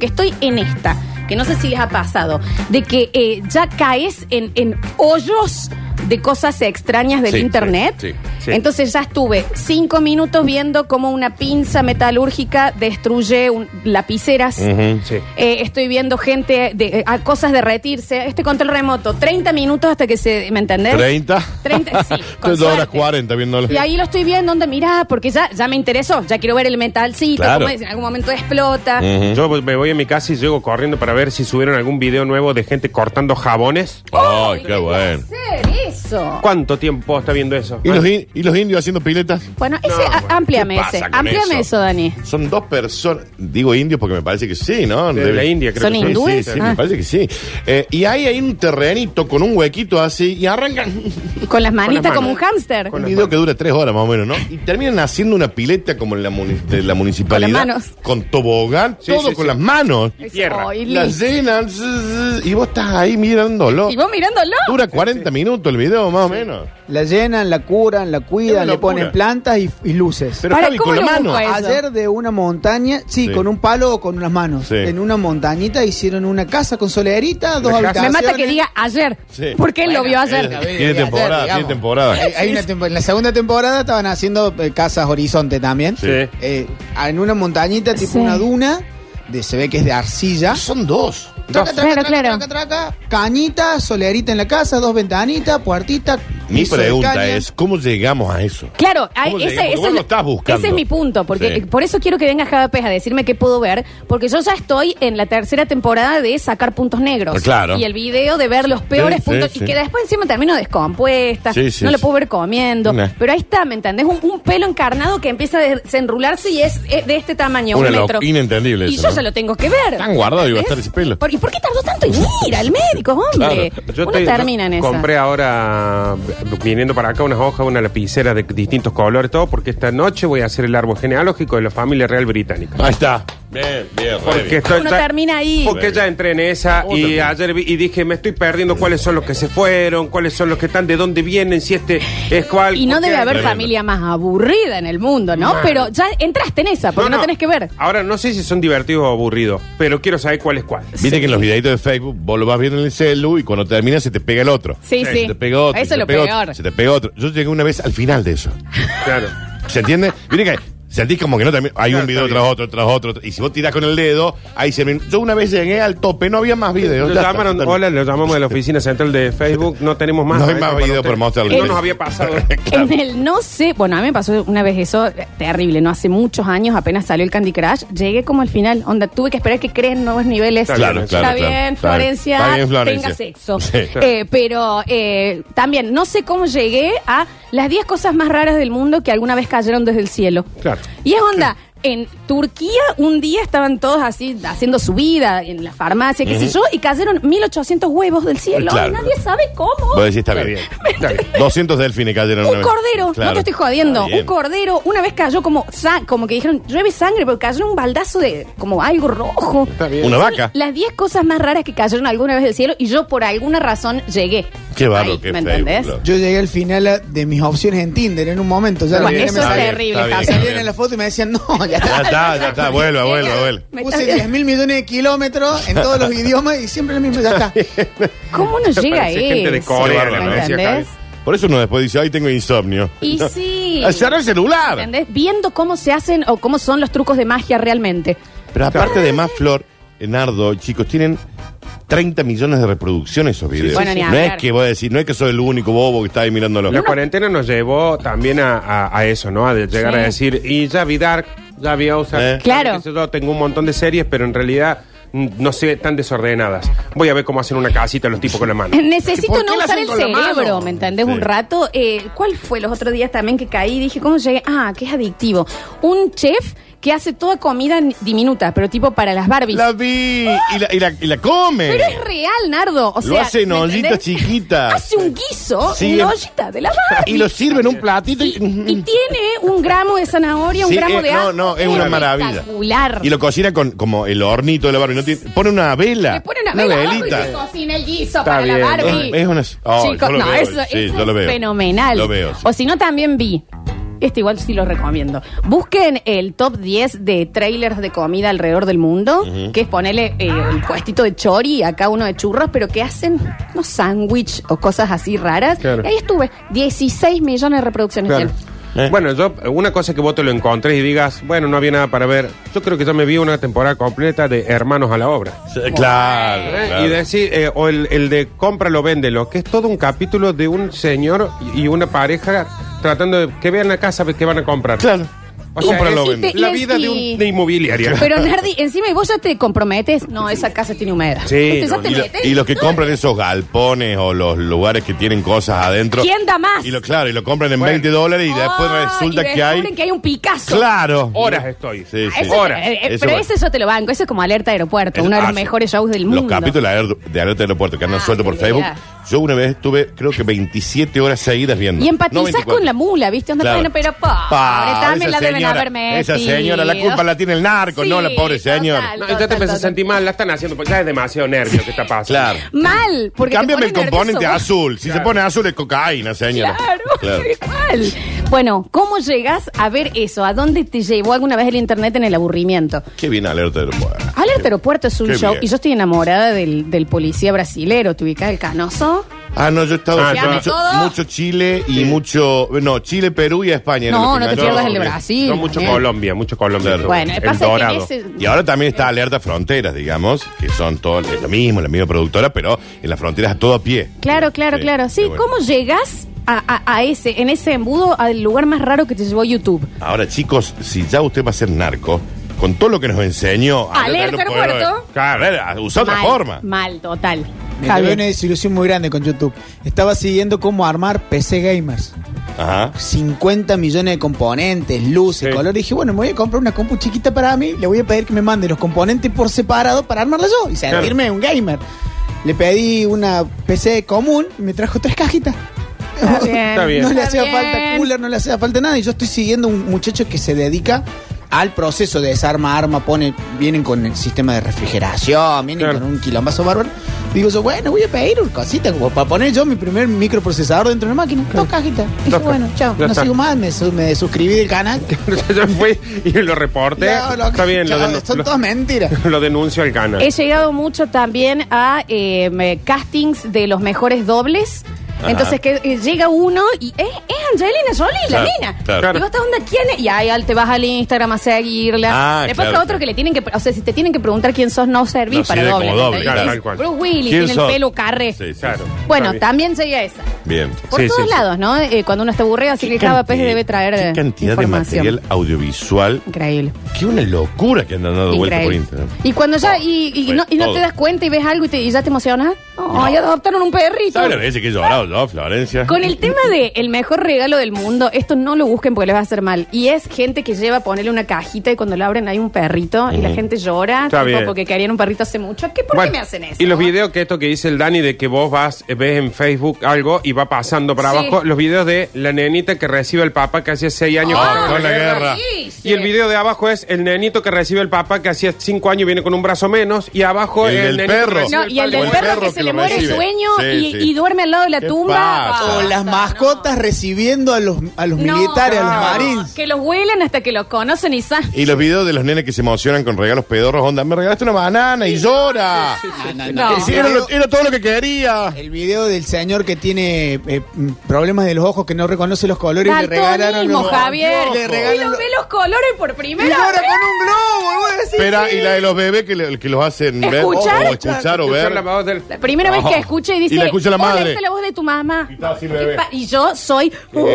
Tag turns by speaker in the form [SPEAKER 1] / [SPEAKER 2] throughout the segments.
[SPEAKER 1] que estoy en esta, que no sé si les ha pasado, de que eh, ya caes en, en hoyos de cosas extrañas del
[SPEAKER 2] Sí,
[SPEAKER 1] internet.
[SPEAKER 2] sí, sí, sí.
[SPEAKER 1] Entonces ya estuve cinco minutos viendo cómo una pinza metalúrgica destruye un- lapiceras.
[SPEAKER 2] Ujú.
[SPEAKER 3] Sí.
[SPEAKER 1] Eh, estoy viendo gente de, eh, a cosas derretirse. Este control remoto, 30 minutos hasta que se. ¿Me entendés?
[SPEAKER 2] 30.
[SPEAKER 1] 30, sí, con
[SPEAKER 2] Entonces, dos horas
[SPEAKER 1] suerte.
[SPEAKER 2] 40 viéndolo.
[SPEAKER 1] Y ahí lo estoy viendo, onda, mirá, porque ya, ya me interesó, ya quiero ver el metalcito,
[SPEAKER 2] Claro. Mm.
[SPEAKER 1] cómo es, en algún momento explota.
[SPEAKER 2] Ujú.
[SPEAKER 3] Yo pues, me voy a mi casa y llego corriendo para ver si subieron algún video nuevo de gente cortando jabones.
[SPEAKER 1] Oh,
[SPEAKER 2] Ay, qué bueno.
[SPEAKER 1] hacer eso?
[SPEAKER 3] ¿Cuánto tiempo está viendo eso?
[SPEAKER 2] ¿Y los, in- y los indios haciendo piletas?
[SPEAKER 1] Bueno, ese,
[SPEAKER 3] No,
[SPEAKER 1] a-
[SPEAKER 3] bueno,
[SPEAKER 1] amplíame
[SPEAKER 2] ¿qué pasa
[SPEAKER 1] ese.
[SPEAKER 2] con
[SPEAKER 1] Amplíame eso?
[SPEAKER 2] eso?
[SPEAKER 1] Dani.
[SPEAKER 2] Son dos personas. Digo indios porque me parece que sí, ¿no?
[SPEAKER 3] de
[SPEAKER 2] Debe-
[SPEAKER 3] la India, creo
[SPEAKER 1] ¿Son
[SPEAKER 3] que
[SPEAKER 2] Sí, sí,
[SPEAKER 1] hindúes?
[SPEAKER 2] sí,
[SPEAKER 1] Ah.
[SPEAKER 2] me parece que sí. Eh, y ahí hay un terrenito con un huequito así y arrancan.
[SPEAKER 1] Ah, Con las manitas
[SPEAKER 3] manos.
[SPEAKER 1] como un hámster.
[SPEAKER 3] Con
[SPEAKER 2] Un
[SPEAKER 3] las
[SPEAKER 2] video
[SPEAKER 3] manos.
[SPEAKER 2] que dura tres horas más o menos, ¿no? Y terminan haciendo una pileta como en la, muni- de la municipalidad.
[SPEAKER 1] manos.
[SPEAKER 2] Con tobogán,
[SPEAKER 3] Sí,
[SPEAKER 2] todo
[SPEAKER 3] sí,
[SPEAKER 2] con
[SPEAKER 3] sí.
[SPEAKER 2] las manos.
[SPEAKER 3] Y tierra.
[SPEAKER 1] Ay,
[SPEAKER 2] La
[SPEAKER 1] listo.
[SPEAKER 2] llenan. zzz, zzz, Y vos estás ahí mirándolo.
[SPEAKER 1] Y vos mirándolo.
[SPEAKER 2] Dura 40 minutos el video, más o menos.
[SPEAKER 4] La llenan, la curan, la
[SPEAKER 2] Es
[SPEAKER 4] cuidan,
[SPEAKER 2] una
[SPEAKER 4] le ponen
[SPEAKER 2] locura.
[SPEAKER 4] plantas y, y luces.
[SPEAKER 2] Pero
[SPEAKER 1] Para,
[SPEAKER 2] Javi,
[SPEAKER 1] ¿cómo
[SPEAKER 2] con la
[SPEAKER 1] lo
[SPEAKER 2] mano.
[SPEAKER 1] busco a él? Eso.
[SPEAKER 4] Ayer de una montaña, sí,
[SPEAKER 2] Sí.
[SPEAKER 4] con un palo o con unas manos.
[SPEAKER 2] Sí.
[SPEAKER 4] En una montañita hicieron una casa con solerita, dos
[SPEAKER 3] Una casa.
[SPEAKER 1] Me
[SPEAKER 4] habitaciones.
[SPEAKER 1] mata que diga ayer.
[SPEAKER 2] Sí.
[SPEAKER 1] Porque él lo vio
[SPEAKER 2] Eh,
[SPEAKER 1] ayer.
[SPEAKER 2] Tiene temporada, tiene temporada.
[SPEAKER 4] Hay- hay una tempo- en la segunda temporada estaban haciendo eh, casas horizonte también.
[SPEAKER 2] Sí.
[SPEAKER 4] Eh, en una montañita, tipo
[SPEAKER 1] Sí.
[SPEAKER 4] una duna, de, se ve que es de arcilla.
[SPEAKER 2] Ah, Son dos.
[SPEAKER 4] Traca, traca,
[SPEAKER 1] Claro,
[SPEAKER 4] traca,
[SPEAKER 1] claro.
[SPEAKER 4] traca, traca, cañita, solerita en la casa, dos ventanitas, puertita.
[SPEAKER 2] Mi
[SPEAKER 4] piso de
[SPEAKER 2] pregunta
[SPEAKER 4] caña.
[SPEAKER 2] es, ¿cómo llegamos a eso?
[SPEAKER 1] Claro, ay,
[SPEAKER 2] ¿Cómo
[SPEAKER 1] ese,
[SPEAKER 2] llegué? Porque
[SPEAKER 1] ese
[SPEAKER 2] vos
[SPEAKER 1] es,
[SPEAKER 2] lo estás buscando.
[SPEAKER 1] ese es mi punto, porque
[SPEAKER 2] Sí.
[SPEAKER 1] por eso quiero que venga Java Pez a decirme qué puedo ver, porque yo ya estoy en la tercera temporada de sacar puntos negros.
[SPEAKER 2] Ah, claro.
[SPEAKER 1] Y el video de ver los peores
[SPEAKER 2] sí,
[SPEAKER 1] puntos,
[SPEAKER 2] sí.
[SPEAKER 1] y que después encima termino descompuesta,
[SPEAKER 2] Sí, sí,
[SPEAKER 1] no lo
[SPEAKER 2] sí.
[SPEAKER 1] puedo ver comiendo.
[SPEAKER 2] Nah.
[SPEAKER 1] Pero ahí está, ¿me entendés? Un, un pelo encarnado que empieza a desenrularse y es eh, de este tamaño,
[SPEAKER 2] Una
[SPEAKER 1] un
[SPEAKER 2] lo-
[SPEAKER 1] metro.
[SPEAKER 2] inentendible
[SPEAKER 1] Y
[SPEAKER 2] eso,
[SPEAKER 1] yo
[SPEAKER 2] ¿no?
[SPEAKER 1] ya lo tengo que ver.
[SPEAKER 2] Tan guardado iba a estar
[SPEAKER 1] ¿Entendés?
[SPEAKER 2] ese pelo.
[SPEAKER 1] ¿Por, ¿Y por qué tardó tanto en ir al médico, hombre?
[SPEAKER 3] Yo
[SPEAKER 1] Uno
[SPEAKER 3] te-
[SPEAKER 1] termina en eso.
[SPEAKER 3] Compré ahora, viniendo para acá, unas hojas, una lapicera de distintos colores, todo, porque esta noche voy a hacer el árbol genealógico de la familia real británica.
[SPEAKER 2] Ahí está. Bien, Ah, bien, re
[SPEAKER 3] Porque
[SPEAKER 2] bien.
[SPEAKER 3] estoy-
[SPEAKER 1] Uno termina ahí.
[SPEAKER 3] Porque ya entré en esa
[SPEAKER 2] Uno
[SPEAKER 3] y
[SPEAKER 2] termina.
[SPEAKER 3] ayer vi- y dije, me estoy perdiendo cuáles son los que se fueron, cuáles son los que están, de dónde vienen, si este es cuál.
[SPEAKER 1] Y no
[SPEAKER 3] ¿por qué
[SPEAKER 1] debe
[SPEAKER 3] hay?
[SPEAKER 1] haber
[SPEAKER 2] Tremendo.
[SPEAKER 1] familia más aburrida en el mundo, ¿no?
[SPEAKER 3] Mal.
[SPEAKER 1] Pero ya entraste en esa, porque no, tenés que ver.
[SPEAKER 3] Ahora no sé si son divertidos o aburridos, pero quiero saber cuál es cuál.
[SPEAKER 2] Viste que en los videitos de Facebook vos lo vas viendo en el celu y cuando termina se te pega el otro.
[SPEAKER 1] Sí,
[SPEAKER 2] Se
[SPEAKER 1] sí.
[SPEAKER 2] te pega otro.
[SPEAKER 1] Eso
[SPEAKER 2] se
[SPEAKER 1] es lo
[SPEAKER 2] te pega otro,
[SPEAKER 1] peor.
[SPEAKER 2] se te pega otro. Yo llegué una vez al final de eso.
[SPEAKER 3] Claro.
[SPEAKER 2] ¿Se entiende? Viste que sentís como que no termina. Hay
[SPEAKER 3] Claro,
[SPEAKER 2] un video
[SPEAKER 3] está
[SPEAKER 2] tras otro, tras otro. Y si vos tirás con el dedo, ahí se me... Yo una vez llegué al tope, no había más videos.
[SPEAKER 3] Lo
[SPEAKER 2] ya está,
[SPEAKER 3] llamaron,
[SPEAKER 2] total.
[SPEAKER 3] hola, lo llamamos de la oficina central de Facebook, no tenemos más.
[SPEAKER 2] No hay
[SPEAKER 3] A ver
[SPEAKER 2] más
[SPEAKER 3] qué
[SPEAKER 2] video
[SPEAKER 3] para
[SPEAKER 2] por
[SPEAKER 3] ustedes.
[SPEAKER 2] mostrarles.
[SPEAKER 3] No nos había pasado.
[SPEAKER 1] En el no sé, bueno, a mí me pasó una vez eso eh, terrible, no hace muchos años, apenas salió el Candy Crush, llegué como al final, onda, tuve que esperar que creen nuevos niveles.
[SPEAKER 3] Está bien,
[SPEAKER 2] claro,
[SPEAKER 1] Está
[SPEAKER 2] claro.
[SPEAKER 1] bien,
[SPEAKER 2] Está bien.
[SPEAKER 1] Florencia,
[SPEAKER 2] Está bien, Florencia.
[SPEAKER 1] tenga sexo.
[SPEAKER 2] Sí.
[SPEAKER 1] Eh, pero eh, también, no sé cómo llegué a las 10 cosas más raras del mundo que alguna vez cayeron desde el cielo.
[SPEAKER 3] Claro.
[SPEAKER 1] Y es onda, en Turquía un día estaban todos así haciendo su vida en la farmacia, qué sé yo, y cayeron 1800 huevos del cielo.
[SPEAKER 2] Claro.
[SPEAKER 1] Y nadie sabe cómo.
[SPEAKER 2] Vos decís, está
[SPEAKER 3] Está
[SPEAKER 2] bien.
[SPEAKER 3] bien, está bien.
[SPEAKER 2] 200 delfines cayeron
[SPEAKER 1] Un
[SPEAKER 2] una vez.
[SPEAKER 1] cordero, no
[SPEAKER 2] Claro.
[SPEAKER 1] te estoy jodiendo.
[SPEAKER 2] Está bien.
[SPEAKER 1] Un cordero, una vez cayó como sa- como que dijeron, llueve sangre, porque cayó un baldazo de como algo rojo.
[SPEAKER 3] bien.
[SPEAKER 2] Una
[SPEAKER 1] Son
[SPEAKER 2] vaca.
[SPEAKER 1] Las 10 cosas más raras que cayeron alguna vez del cielo y yo por alguna razón llegué.
[SPEAKER 2] Qué barro,
[SPEAKER 1] Ahí,
[SPEAKER 2] qué
[SPEAKER 1] ¿Me
[SPEAKER 2] feo,
[SPEAKER 1] entendés?
[SPEAKER 2] claro.
[SPEAKER 4] Yo llegué al final eh, de mis opciones en Tinder en un momento. Ya
[SPEAKER 1] Bueno,
[SPEAKER 4] lo
[SPEAKER 1] eso
[SPEAKER 4] vi, me
[SPEAKER 1] es
[SPEAKER 2] Está bien,
[SPEAKER 4] salía-
[SPEAKER 1] terrible,
[SPEAKER 2] está bien,
[SPEAKER 1] Javier.
[SPEAKER 2] está
[SPEAKER 4] salían
[SPEAKER 2] bien.
[SPEAKER 4] en la foto y me decían, no, ya
[SPEAKER 2] Ya
[SPEAKER 4] está.
[SPEAKER 2] está, ya está, vuelva, vuelva, vuelva.
[SPEAKER 1] Me
[SPEAKER 4] Puse
[SPEAKER 1] está-
[SPEAKER 4] 10.000 millones de kilómetros en todos los idiomas y siempre lo mismo, ya está.
[SPEAKER 1] ¿Cómo nos llega a
[SPEAKER 3] Parece gente de
[SPEAKER 1] eso?
[SPEAKER 3] Corea,
[SPEAKER 2] Qué bárbaro,
[SPEAKER 1] ¿Me
[SPEAKER 2] ¿no?
[SPEAKER 1] entendés?
[SPEAKER 2] Por eso uno después dice, ay, tengo insomnio.
[SPEAKER 1] Y
[SPEAKER 2] No.
[SPEAKER 1] sí.
[SPEAKER 2] Ah, Cerrá el celular.
[SPEAKER 1] ¿Entendés? Viendo cómo se hacen o cómo son los trucos de magia realmente.
[SPEAKER 2] Pero aparte de más flor, Nardo, chicos, tienen 30 millones de reproducciones esos videos.
[SPEAKER 1] Bueno, ni
[SPEAKER 2] no
[SPEAKER 1] hablar.
[SPEAKER 2] es que voy a decir, no es que soy el único bobo que está ahí mirándolo.
[SPEAKER 3] La cuarentena nos llevó también a, a- a eso, ¿no? A de llegar
[SPEAKER 1] Sí.
[SPEAKER 3] a decir, y ya vi Dark, ya vi Ozark,
[SPEAKER 2] Eh.
[SPEAKER 3] ya vi
[SPEAKER 1] Claro.
[SPEAKER 3] qué sé Yo tengo un montón de series, pero en realidad mm, no sé tan desordenadas. Voy a ver cómo hacen una casita los tipos con la mano.
[SPEAKER 1] Necesito
[SPEAKER 2] ¿Por qué
[SPEAKER 1] no
[SPEAKER 2] la
[SPEAKER 1] usar
[SPEAKER 2] hacen
[SPEAKER 1] el
[SPEAKER 2] con la
[SPEAKER 1] cerebro,
[SPEAKER 2] mano?
[SPEAKER 1] ¿me entendés?
[SPEAKER 2] Sí.
[SPEAKER 1] Un rato. Eh, ¿Cuál fue los otros días también que caí y dije, ¿cómo llegué? Ah, que es adictivo. Un chef que hace toda comida ni- diminuta, pero tipo para las Barbies.
[SPEAKER 2] La vi y la, y la, y la come.
[SPEAKER 1] Pero es real, Nardo. O
[SPEAKER 2] Lo
[SPEAKER 1] sea,
[SPEAKER 2] hace en
[SPEAKER 1] ¿me
[SPEAKER 2] ollitas
[SPEAKER 1] entendés?
[SPEAKER 2] chiquitas.
[SPEAKER 1] Hace un guiso,
[SPEAKER 2] Sí,
[SPEAKER 1] una
[SPEAKER 2] em-
[SPEAKER 1] ollita de la Barbie.
[SPEAKER 2] y lo sirve en un platito.
[SPEAKER 1] Y,
[SPEAKER 2] Y,
[SPEAKER 1] y tiene un gramo de zanahoria, un
[SPEAKER 2] Sí,
[SPEAKER 1] gramo
[SPEAKER 2] eh,
[SPEAKER 1] de
[SPEAKER 2] No,
[SPEAKER 1] ajo.
[SPEAKER 2] no, es una maravilla.
[SPEAKER 1] Espectacular.
[SPEAKER 2] Y lo cocina con como el hornito de la Barbie. No tiene- pone Ah, una vela.
[SPEAKER 1] Le pone una vela
[SPEAKER 2] velita.
[SPEAKER 1] y cocina el guiso para la
[SPEAKER 3] bien.
[SPEAKER 1] Barbie.
[SPEAKER 2] Es- es una- Oh,
[SPEAKER 1] Chicos,
[SPEAKER 2] yo lo
[SPEAKER 1] no,
[SPEAKER 2] veo,
[SPEAKER 1] eso,
[SPEAKER 2] sí,
[SPEAKER 1] eso
[SPEAKER 2] yo lo
[SPEAKER 1] es
[SPEAKER 2] veo.
[SPEAKER 1] fenomenal.
[SPEAKER 2] Lo veo, sí.
[SPEAKER 1] O si no, también vi Este igual sí lo recomiendo. Busquen el top 10 de trailers de comida alrededor del mundo, que es ponerle eh, el puestito de chori, acá uno de churros, pero que hacen unos sándwich o cosas así raras.
[SPEAKER 3] Claro.
[SPEAKER 1] Ahí estuve, 16 millones de reproducciones.
[SPEAKER 3] Claro.
[SPEAKER 1] Bien.
[SPEAKER 2] Eh.
[SPEAKER 3] Bueno, yo, una cosa que vos te lo encontres y digas, bueno, no había nada para ver. Yo creo que yo me vi una temporada completa de Hermanos a la Obra.
[SPEAKER 2] Sí, Claro.
[SPEAKER 3] ¿Eh?
[SPEAKER 2] claro.
[SPEAKER 3] Y decir, eh, o el, el de cómpralo, véndelo, que es todo un capítulo de un señor y y una pareja tratando de que vean la casa que van a comprar.
[SPEAKER 2] Claro.
[SPEAKER 3] O sea,
[SPEAKER 2] Cómpralo,
[SPEAKER 3] es
[SPEAKER 2] véndelo.
[SPEAKER 3] la vida de, un, de inmobiliaria.
[SPEAKER 1] Pero Nardi, encima y vos ya te comprometes. No, esa casa tiene humedad.
[SPEAKER 3] Sí,
[SPEAKER 1] ya
[SPEAKER 3] no,
[SPEAKER 1] te
[SPEAKER 2] Y, lo-
[SPEAKER 1] metes.
[SPEAKER 2] y los que compran esos galpones o los lugares que tienen cosas adentro.
[SPEAKER 1] ¿Quién da más?
[SPEAKER 2] Y lo, claro, y lo compran en
[SPEAKER 3] Bueno.
[SPEAKER 2] 20 dólares y
[SPEAKER 1] Oh,
[SPEAKER 2] después resulta
[SPEAKER 1] y
[SPEAKER 2] que hay.
[SPEAKER 1] descubren que hay un Picasso.
[SPEAKER 2] Claro.
[SPEAKER 3] Horas estoy.
[SPEAKER 2] Sí,
[SPEAKER 1] Ah,
[SPEAKER 2] sí.
[SPEAKER 1] ese-
[SPEAKER 3] Ahora,
[SPEAKER 1] eh, eh,
[SPEAKER 2] eso
[SPEAKER 1] pero
[SPEAKER 2] va.
[SPEAKER 1] ese yo te lo banco, eso es como Alerta Aeropuerto,
[SPEAKER 2] Es-
[SPEAKER 1] uno de los
[SPEAKER 2] ah, sí.
[SPEAKER 1] mejores shows del mundo.
[SPEAKER 2] Los capítulos de Aler- de Alerta Aeropuerto que andan
[SPEAKER 1] Ah,
[SPEAKER 2] sueltos por
[SPEAKER 1] qué
[SPEAKER 2] Facebook.
[SPEAKER 1] idea.
[SPEAKER 2] Yo una vez estuve, creo que 27 horas seguidas viendo.
[SPEAKER 1] Y empatizás
[SPEAKER 2] 24.
[SPEAKER 1] con la mula, ¿viste? Onda,
[SPEAKER 2] Claro.
[SPEAKER 1] bueno, pero
[SPEAKER 2] Pa,
[SPEAKER 1] pobre, también la
[SPEAKER 2] esa
[SPEAKER 1] deben
[SPEAKER 2] señora,
[SPEAKER 1] haber metido.
[SPEAKER 2] Esa señora, la culpa la tiene el narco,
[SPEAKER 1] Sí,
[SPEAKER 2] no la pobre
[SPEAKER 1] total.
[SPEAKER 2] señora.
[SPEAKER 3] No, ya te empecé a sentir mal, la están haciendo, porque ya es demasiado nervio que está pasando.
[SPEAKER 2] Claro.
[SPEAKER 1] Mal, porque. te
[SPEAKER 2] Cámbiame el
[SPEAKER 1] pone
[SPEAKER 2] componente
[SPEAKER 1] nervioso.
[SPEAKER 2] azul. Si
[SPEAKER 3] Claro.
[SPEAKER 2] se pone azul es cocaína, señora.
[SPEAKER 1] Claro,
[SPEAKER 2] Claro.
[SPEAKER 1] tal cual. Bueno, ¿cómo llegas a ver eso? ¿A dónde te llevó alguna vez el internet en el aburrimiento?
[SPEAKER 2] Qué bien alerta aeropuerto.
[SPEAKER 1] Alerta Aeropuerto es un
[SPEAKER 2] Qué
[SPEAKER 1] show
[SPEAKER 2] bien.
[SPEAKER 1] y yo estoy enamorada del, del policía brasilero. ¿Te ubicas el canoso?
[SPEAKER 2] Ah, no, yo he estado
[SPEAKER 3] Ah,
[SPEAKER 2] haciendo
[SPEAKER 3] yo-
[SPEAKER 2] mucho,
[SPEAKER 1] todo.
[SPEAKER 2] mucho Chile y mucho. No, Chile, Perú y España. era
[SPEAKER 1] No,
[SPEAKER 2] lo que
[SPEAKER 1] no
[SPEAKER 2] me
[SPEAKER 1] te
[SPEAKER 2] enganchó.
[SPEAKER 1] pierdas el de Brasil.
[SPEAKER 3] No mucho
[SPEAKER 1] Daniel.
[SPEAKER 3] Colombia, mucho Colombia.
[SPEAKER 2] Claro.
[SPEAKER 1] Bueno,
[SPEAKER 3] el
[SPEAKER 1] pasa que en
[SPEAKER 3] dorado.
[SPEAKER 1] ese.
[SPEAKER 2] Y ahora también está Alerta Fronteras, digamos, que son todo es lo mismo, la misma productora, pero en las fronteras a todo a pie.
[SPEAKER 1] Claro, claro, claro. Sí,
[SPEAKER 2] qué bueno.
[SPEAKER 1] ¿cómo llegas a, a- a ese, en ese embudo, al lugar más raro que te llevó YouTube?
[SPEAKER 2] Ahora, chicos, si ya usted va a ser narco, con todo lo que nos enseñó.
[SPEAKER 1] Alerta Aeropuerto.
[SPEAKER 2] Claro, era- usa otra
[SPEAKER 1] Mal,
[SPEAKER 2] forma.
[SPEAKER 1] Mal, total.
[SPEAKER 4] Me llevé una
[SPEAKER 1] Javier.
[SPEAKER 4] desilusión muy grande con YouTube. Estaba siguiendo cómo armar PC gamers.
[SPEAKER 2] Ajá.
[SPEAKER 4] 50 millones de componentes, luces,
[SPEAKER 3] Sí.
[SPEAKER 4] color. Y dije, bueno, me voy a comprar una compu chiquita para mí. Le voy a pedir que me mande los componentes por separado para armarla yo y sentirme un gamer. Le pedí una PC común y me trajo tres cajitas.
[SPEAKER 1] Está bien.
[SPEAKER 3] Está bien.
[SPEAKER 4] No le
[SPEAKER 1] Está
[SPEAKER 4] hacía
[SPEAKER 1] bien.
[SPEAKER 4] falta cooler, no le hacía falta nada. Y yo estoy siguiendo un muchacho que se dedica al proceso de desarma, arma, pone, vienen con el sistema de refrigeración, vienen
[SPEAKER 3] Claro.
[SPEAKER 4] con un quilombazo bárbaro. Digo yo, bueno, voy a pedir una cosita como para poner yo mi primer microprocesador dentro de una máquina. Dos cajitas. Dije,
[SPEAKER 3] Dos ca-
[SPEAKER 4] bueno, chao,
[SPEAKER 3] Ya
[SPEAKER 4] no
[SPEAKER 3] está.
[SPEAKER 4] sigo más, me, su- me suscribí del canal.
[SPEAKER 3] Yo fui y lo reporté.
[SPEAKER 4] No, no,
[SPEAKER 3] Está bien, lo,
[SPEAKER 4] chao,
[SPEAKER 3] denu-
[SPEAKER 4] son
[SPEAKER 3] lo-
[SPEAKER 4] todas mentiras.
[SPEAKER 3] lo denuncio al canal.
[SPEAKER 1] He llegado mucho también a eh, me- castings de los mejores dobles.
[SPEAKER 2] Ajá.
[SPEAKER 1] Entonces que eh, llega uno y es, es Angelina Jolie,
[SPEAKER 2] Claro,
[SPEAKER 1] la mina.
[SPEAKER 2] claro.
[SPEAKER 1] Y vos estás onda, ¿quién es? Y ahí al- te vas al Instagram a seguirla.
[SPEAKER 2] Ah,
[SPEAKER 1] Después
[SPEAKER 2] claro,
[SPEAKER 1] está otro
[SPEAKER 2] claro.
[SPEAKER 1] que le tienen que, o sea, si te tienen que preguntar quién sos, no servís
[SPEAKER 2] No
[SPEAKER 1] para
[SPEAKER 2] sirve
[SPEAKER 1] doble.
[SPEAKER 2] como doble,
[SPEAKER 1] ¿entendés?
[SPEAKER 3] claro, tal cual.
[SPEAKER 1] Bruce Willis
[SPEAKER 2] ¿Quién
[SPEAKER 1] tiene
[SPEAKER 2] sos?
[SPEAKER 1] el pelo carré.
[SPEAKER 2] Sí, sí,
[SPEAKER 3] Claro.
[SPEAKER 2] sí.
[SPEAKER 1] Bueno,
[SPEAKER 3] Está bien.
[SPEAKER 1] también llega esa.
[SPEAKER 2] Bien.
[SPEAKER 1] Por
[SPEAKER 3] Sí,
[SPEAKER 1] todos
[SPEAKER 3] sí, sí.
[SPEAKER 1] lados, ¿no? Eh, cuando uno está aburrido, así que el Java Pez
[SPEAKER 2] cantidad-
[SPEAKER 1] debe traer
[SPEAKER 2] qué
[SPEAKER 1] eh,
[SPEAKER 2] cantidad de
[SPEAKER 1] información.
[SPEAKER 2] material audiovisual.
[SPEAKER 1] Increíble.
[SPEAKER 2] Qué una locura que andan dando vuelta por
[SPEAKER 1] Increíble.
[SPEAKER 2] internet.
[SPEAKER 1] Y cuando ya, y, y
[SPEAKER 2] Fue
[SPEAKER 1] no, y no
[SPEAKER 2] todo.
[SPEAKER 1] te das cuenta y ves algo y, te- y ya te emocionas. Ay, adoptaron un perrito.
[SPEAKER 2] ¿Sabes las veces que he llorado yo, Florencia?
[SPEAKER 1] Con el tema de el mejor regalo del mundo, esto no lo busquen porque les va a hacer mal. Y es gente que lleva a ponerle una cajita y cuando la abren hay un perrito y la gente llora
[SPEAKER 3] Mm. Está
[SPEAKER 1] tipo,
[SPEAKER 3] bien.
[SPEAKER 1] porque querían un perrito hace mucho. ¿Qué, ¿Por
[SPEAKER 3] Bueno,
[SPEAKER 1] qué me hacen eso?
[SPEAKER 3] Y los videos que esto que dice el Dani de que vos vas, eh, ves en Facebook algo y va pasando para
[SPEAKER 1] Sí.
[SPEAKER 3] abajo, los videos de la nenita que recibe el papá que hacía seis años.
[SPEAKER 2] Ah,
[SPEAKER 3] que
[SPEAKER 2] con la guerra.
[SPEAKER 1] buenísimo.
[SPEAKER 3] Y el video de abajo es el nenito que recibe el papá que hacía cinco años y viene con un brazo menos y abajo
[SPEAKER 2] El
[SPEAKER 3] es
[SPEAKER 2] del
[SPEAKER 3] nenito que
[SPEAKER 2] perro.
[SPEAKER 3] recibe
[SPEAKER 1] No, y el
[SPEAKER 2] O
[SPEAKER 1] del
[SPEAKER 2] el
[SPEAKER 1] perro,
[SPEAKER 2] perro
[SPEAKER 1] que
[SPEAKER 2] que
[SPEAKER 1] se le
[SPEAKER 2] lo
[SPEAKER 1] muere el
[SPEAKER 2] recibe.
[SPEAKER 1] sueño
[SPEAKER 2] Sí,
[SPEAKER 1] y,
[SPEAKER 2] sí.
[SPEAKER 1] y duerme al lado de la
[SPEAKER 2] ¿Qué
[SPEAKER 1] tumba.
[SPEAKER 2] pasa?
[SPEAKER 4] O las
[SPEAKER 1] no.
[SPEAKER 4] mascotas recibiendo a los, a los
[SPEAKER 1] No,
[SPEAKER 4] militares, a
[SPEAKER 1] no,
[SPEAKER 4] los marines.
[SPEAKER 1] Que los huelen hasta que los conocen y saben.
[SPEAKER 2] Y los videos de los nenes que se emocionan con regalos pedorros, onda, me regalaste una banana y llora.
[SPEAKER 1] no.
[SPEAKER 2] Sí, era, lo- era todo lo que quería.
[SPEAKER 4] El video del señor que tiene eh, mm, problemas de los ojos, que no reconoce los colores, y le regalaron
[SPEAKER 1] Daltonismo,
[SPEAKER 4] los
[SPEAKER 1] Javier.
[SPEAKER 4] Le
[SPEAKER 1] y
[SPEAKER 4] regalaron
[SPEAKER 1] los
[SPEAKER 4] los-
[SPEAKER 1] ve los colores por
[SPEAKER 4] Y
[SPEAKER 1] primera
[SPEAKER 4] llora
[SPEAKER 1] vez.
[SPEAKER 4] con un globo, güey, así.
[SPEAKER 2] Espera, y la de los bebés que, le- que los hacen ver o,
[SPEAKER 1] ¿Escuchar?
[SPEAKER 2] o escuchar o
[SPEAKER 3] Escuchar
[SPEAKER 2] ver.
[SPEAKER 3] la voz del-
[SPEAKER 1] La primera vez
[SPEAKER 2] Oh.
[SPEAKER 1] que escucha y dice.
[SPEAKER 2] Y la escucha la
[SPEAKER 1] "Hola,
[SPEAKER 2] madre".
[SPEAKER 1] esta es la voz de tu mamá.
[SPEAKER 2] Y está así el bebé.
[SPEAKER 1] Y pa- Y yo soy. O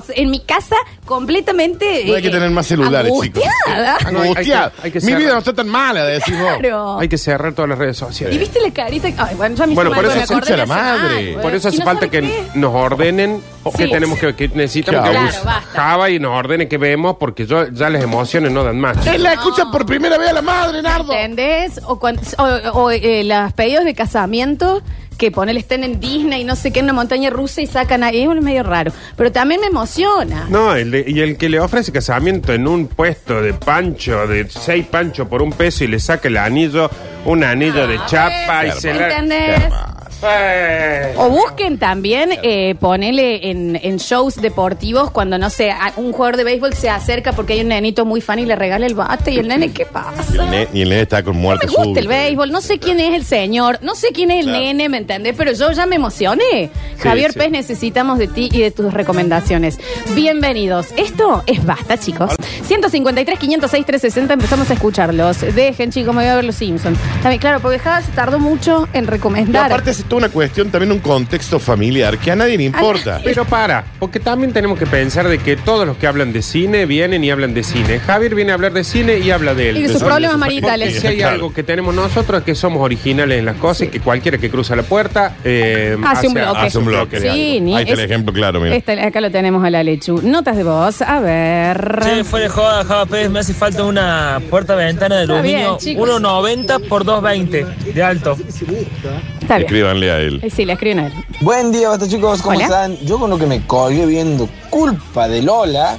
[SPEAKER 1] sea, en mi casa, completamente.
[SPEAKER 2] No hay que
[SPEAKER 1] eh,
[SPEAKER 2] tener más celulares, chicos. Ah,
[SPEAKER 1] angustiada.
[SPEAKER 3] no, hay- hay que-
[SPEAKER 2] Angustia.
[SPEAKER 3] hay que
[SPEAKER 2] Mi
[SPEAKER 3] cerrar.
[SPEAKER 2] vida no está tan mala, decís vos.
[SPEAKER 1] Claro.
[SPEAKER 3] Hay que cerrar todas las redes
[SPEAKER 1] Y
[SPEAKER 3] sociales.
[SPEAKER 1] viste la carita. Ay, bueno, ya me
[SPEAKER 3] Bueno,
[SPEAKER 1] hizo mal,
[SPEAKER 3] por eso
[SPEAKER 1] me acordé
[SPEAKER 2] escucha
[SPEAKER 1] de
[SPEAKER 2] la
[SPEAKER 1] hace-
[SPEAKER 2] madre.
[SPEAKER 1] ay,
[SPEAKER 3] Por
[SPEAKER 1] bueno, y
[SPEAKER 3] eso hace
[SPEAKER 1] no
[SPEAKER 3] falta
[SPEAKER 1] sabe
[SPEAKER 3] que
[SPEAKER 1] qué.
[SPEAKER 3] nos ordenen, que
[SPEAKER 1] Sí.
[SPEAKER 3] tenemos que, que necesitamos
[SPEAKER 2] Claro.
[SPEAKER 3] que
[SPEAKER 2] Claro,
[SPEAKER 3] use
[SPEAKER 1] basta.
[SPEAKER 3] Java y nos ordenen que vemos porque yo ya las emociones no dan más.
[SPEAKER 2] Él la escucha por primera vez a la madre, Nardo.
[SPEAKER 1] ¿Entendés? O, cuan- o- o, eh, los pedidos de casamiento que ponele estén en Disney y no sé qué, en una montaña rusa y sacan ahí. Es un medio raro. Pero también me emociona.
[SPEAKER 3] No, el de- y el que le ofrece casamiento en un puesto de pancho, de seis panchos por un peso y le saca el anillo, un anillo de chapa y
[SPEAKER 1] ¿Entendés?
[SPEAKER 3] se la...
[SPEAKER 2] Qué hermoso.
[SPEAKER 3] Eh.
[SPEAKER 1] O busquen también, eh, ponele en, en shows deportivos cuando, no sé, a- un jugador de béisbol se acerca porque hay un nenito muy fan y le regala el bate y el nene, ¿qué pasa?
[SPEAKER 2] Y el, ne- y el nene está con
[SPEAKER 1] No
[SPEAKER 2] muerte
[SPEAKER 1] me gusta el
[SPEAKER 2] súbita.
[SPEAKER 1] béisbol, no sé quién es el señor, no sé quién es el
[SPEAKER 2] Claro.
[SPEAKER 1] nene, ¿me entendés? Pero yo ya me emocioné. Javier
[SPEAKER 2] sí.
[SPEAKER 1] Pérez, necesitamos de ti y de tus recomendaciones. Bienvenidos. Esto es Basta, chicos. 153, 506, 360, empezamos a escucharlos. Dejen, chicos, me voy a ver los Simpsons. También, claro, porque Java se tardó mucho en
[SPEAKER 2] Y
[SPEAKER 1] recomendar.
[SPEAKER 2] aparte es toda una cuestión, también un contexto familiar que a nadie le importa.
[SPEAKER 3] Pero para, porque también tenemos que pensar de que todos los que hablan de cine vienen y hablan de cine. Javier viene a hablar de cine y habla de él.
[SPEAKER 1] Y de sus
[SPEAKER 2] Son-
[SPEAKER 1] problemas
[SPEAKER 2] son-
[SPEAKER 1] maritales.
[SPEAKER 3] Porque si hay
[SPEAKER 2] Claro.
[SPEAKER 3] algo que tenemos nosotros es que somos originales en las cosas y que cualquiera que cruza la puerta eh,
[SPEAKER 1] Hace un bloque.
[SPEAKER 2] Hace un bloque.
[SPEAKER 1] Sí,
[SPEAKER 2] de algo.
[SPEAKER 1] ni-
[SPEAKER 2] Ahí está
[SPEAKER 1] es-
[SPEAKER 2] el ejemplo claro, mira.
[SPEAKER 1] Este, acá lo tenemos a la lechu. Notas de voz, a ver.
[SPEAKER 5] Che, fuera de joda, Java Pérez, me hace falta una puerta-ventana de
[SPEAKER 1] Está bien,
[SPEAKER 5] aluminio
[SPEAKER 1] chicos.
[SPEAKER 5] 1,90 por 2,20 de alto.
[SPEAKER 1] Está bien.
[SPEAKER 2] Escríbanle a él.
[SPEAKER 1] Eh, Sí, le escriben a él.
[SPEAKER 6] Buen día, basta chicos, ¿cómo
[SPEAKER 1] Hola.
[SPEAKER 6] están? Yo con lo que me colgué viendo culpa de Lola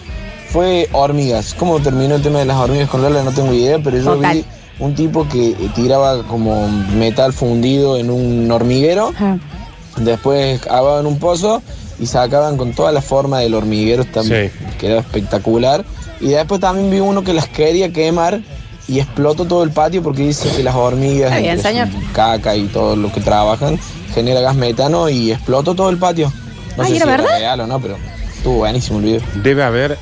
[SPEAKER 6] fue hormigas. ¿Cómo terminó el tema de las hormigas con Lola? No tengo idea, pero yo
[SPEAKER 1] Total.
[SPEAKER 6] vi un tipo que tiraba como metal fundido en un hormiguero,
[SPEAKER 1] Ajá.
[SPEAKER 6] después cavaban un pozo y sacaban con toda la forma del hormiguero, también, que era espectacular. Y después también vi uno que las quería quemar y explotó todo el patio porque dice que las hormigas,
[SPEAKER 1] Está bien,
[SPEAKER 6] entre su
[SPEAKER 1] señor.
[SPEAKER 6] caca y todo lo que trabajan, genera gas metano y explotó todo el patio. No
[SPEAKER 1] Ay,
[SPEAKER 6] sé
[SPEAKER 1] ¿era
[SPEAKER 6] si
[SPEAKER 1] verdad?
[SPEAKER 6] era real o no, pero estuvo buenísimo el video.
[SPEAKER 3] Debe haber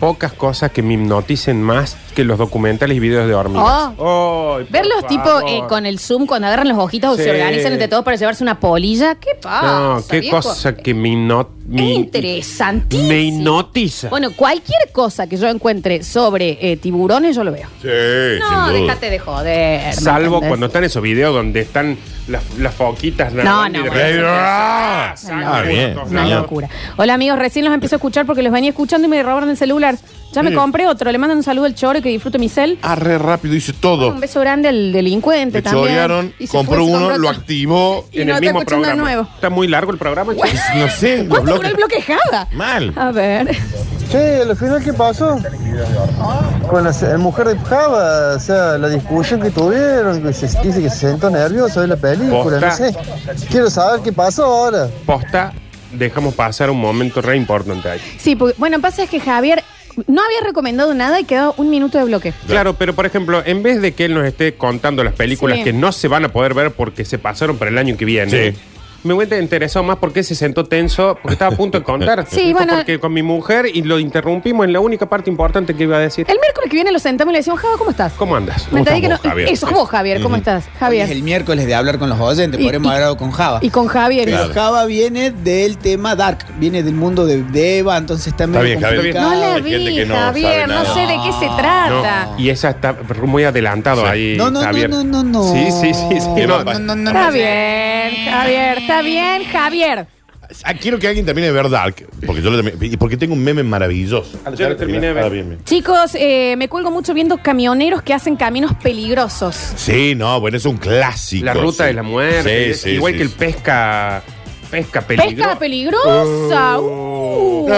[SPEAKER 3] pocas cosas que me hipnoticen más que los documentales y videos de hormigas.
[SPEAKER 1] Oh.
[SPEAKER 3] Ay, por
[SPEAKER 1] Verlos tipo
[SPEAKER 3] favor.
[SPEAKER 1] eh, con el Zoom, cuando agarran los ojitos
[SPEAKER 3] Sí.
[SPEAKER 1] o se organizan entre todos para llevarse una polilla. ¿Qué pasa?
[SPEAKER 3] No, qué
[SPEAKER 1] viejo? Eh,
[SPEAKER 3] cosa que me, hipno-
[SPEAKER 1] Ah, Es
[SPEAKER 3] me-
[SPEAKER 1] interesantísimo.
[SPEAKER 3] me hipnotiza.
[SPEAKER 1] Bueno, cualquier cosa que yo encuentre sobre eh, tiburones, yo lo veo.
[SPEAKER 2] Sí,
[SPEAKER 1] No,
[SPEAKER 2] sin duda.
[SPEAKER 1] déjate de joder. ¿me
[SPEAKER 3] Salvo
[SPEAKER 1] entendés?
[SPEAKER 3] cuando están esos videos donde están las, las foquitas. nadando
[SPEAKER 1] no,
[SPEAKER 3] y de
[SPEAKER 1] bueno,
[SPEAKER 3] repente-
[SPEAKER 2] eso es-
[SPEAKER 3] ¡Ah!
[SPEAKER 2] Ah,
[SPEAKER 3] Sangre
[SPEAKER 2] bien,
[SPEAKER 3] por todos
[SPEAKER 1] Una
[SPEAKER 2] Señor.
[SPEAKER 3] lados.
[SPEAKER 1] locura. Hola amigos, recién los empiezo a escuchar porque los venía escuchando y me robaron el celular. Ya me compré otro. Le mandan un saludo al choro y que disfrute mi cel.
[SPEAKER 2] Ah, re rápido, hizo
[SPEAKER 3] Oh.
[SPEAKER 2] todo.
[SPEAKER 1] Un beso grande al delincuente
[SPEAKER 2] Le
[SPEAKER 1] también.
[SPEAKER 2] chorearon,
[SPEAKER 1] Y se
[SPEAKER 2] compró
[SPEAKER 1] fue, se
[SPEAKER 2] uno,
[SPEAKER 1] compró
[SPEAKER 2] lo
[SPEAKER 1] otro.
[SPEAKER 2] activó.
[SPEAKER 1] Y
[SPEAKER 3] en
[SPEAKER 1] no
[SPEAKER 3] el
[SPEAKER 1] está
[SPEAKER 3] mismo
[SPEAKER 1] escuchando
[SPEAKER 3] programa.
[SPEAKER 1] el nuevo.
[SPEAKER 3] Está muy largo el programa. che.
[SPEAKER 2] No sé, los
[SPEAKER 1] ¿Cuánto duró
[SPEAKER 2] bloques.
[SPEAKER 1] el Ah. bloquejada?
[SPEAKER 2] Mal.
[SPEAKER 1] A ver.
[SPEAKER 7] Che, al final qué pasó? Con la se- mujer de Java, o sea, la discusión que tuvieron, que se, dice que se sentó nervioso de la película,
[SPEAKER 3] Posta.
[SPEAKER 7] no sé. Quiero saber qué pasó ahora.
[SPEAKER 3] Posta, dejamos pasar un momento re importante ahí.
[SPEAKER 1] Sí, porque, bueno, pasa es que Javier no había recomendado nada y quedó un minuto de bloque.
[SPEAKER 3] Claro, pero por ejemplo, en vez de que él nos esté contando las películas
[SPEAKER 1] Sí.
[SPEAKER 3] que no se van a poder ver porque se pasaron para el año que viene.
[SPEAKER 2] Sí.
[SPEAKER 3] Me hubiera interesado más porque se sentó tenso, porque estaba a punto de contar.
[SPEAKER 1] Sí, bueno.
[SPEAKER 3] Porque con mi mujer y lo interrumpimos en la única parte importante que iba a decir.
[SPEAKER 1] El miércoles que viene lo sentamos y le decimos, Java, ¿cómo estás?
[SPEAKER 3] ¿Cómo andas?
[SPEAKER 1] Me
[SPEAKER 2] ¿Cómo
[SPEAKER 1] entendí
[SPEAKER 2] estás
[SPEAKER 1] que no-
[SPEAKER 2] vos, Javier?
[SPEAKER 1] Eso, vos, Javier, ¿cómo
[SPEAKER 2] Ujú.
[SPEAKER 1] estás?
[SPEAKER 4] Hoy
[SPEAKER 1] Javier.
[SPEAKER 4] es el miércoles de hablar con los oyentes,
[SPEAKER 1] Y-
[SPEAKER 4] podríamos
[SPEAKER 1] y-
[SPEAKER 4] haber hablado con Java.
[SPEAKER 1] Y con Javier.
[SPEAKER 4] Pero
[SPEAKER 2] Claro.
[SPEAKER 4] Java viene del tema dark, viene del mundo de, de Eva, entonces está medio
[SPEAKER 2] bien, Javier.
[SPEAKER 4] complicado.
[SPEAKER 1] No le
[SPEAKER 2] Hay gente
[SPEAKER 1] vi,
[SPEAKER 2] que no
[SPEAKER 1] Javier,
[SPEAKER 2] sabe
[SPEAKER 1] no
[SPEAKER 2] nada.
[SPEAKER 1] sé de qué se trata.
[SPEAKER 3] No, y esa está muy adelantado
[SPEAKER 2] Sí.
[SPEAKER 3] ahí,
[SPEAKER 4] No, no,
[SPEAKER 3] Javier.
[SPEAKER 4] no, no, no, no.
[SPEAKER 3] Sí, sí, sí. sí,
[SPEAKER 2] ¿Qué
[SPEAKER 3] no.
[SPEAKER 2] más?
[SPEAKER 1] Está bien, Javier, está bien, Javier.
[SPEAKER 2] Ah, Quiero que alguien termine de ver Dark. Porque yo lo terminé- y Porque tengo un meme maravilloso.
[SPEAKER 3] Yo lo terminé de ver.
[SPEAKER 2] Ah, bien, bien.
[SPEAKER 1] Chicos, eh, me cuelgo mucho viendo camioneros que hacen caminos peligrosos.
[SPEAKER 2] Sí, no, bueno, es un clásico.
[SPEAKER 3] La ruta
[SPEAKER 2] sí.
[SPEAKER 3] de la muerte.
[SPEAKER 2] Sí, sí,
[SPEAKER 3] igual
[SPEAKER 2] sí,
[SPEAKER 3] que el
[SPEAKER 2] sí.
[SPEAKER 3] pesca. Pesca peligrosa.
[SPEAKER 1] Pesca peligrosa.
[SPEAKER 2] Oh.
[SPEAKER 1] Uh.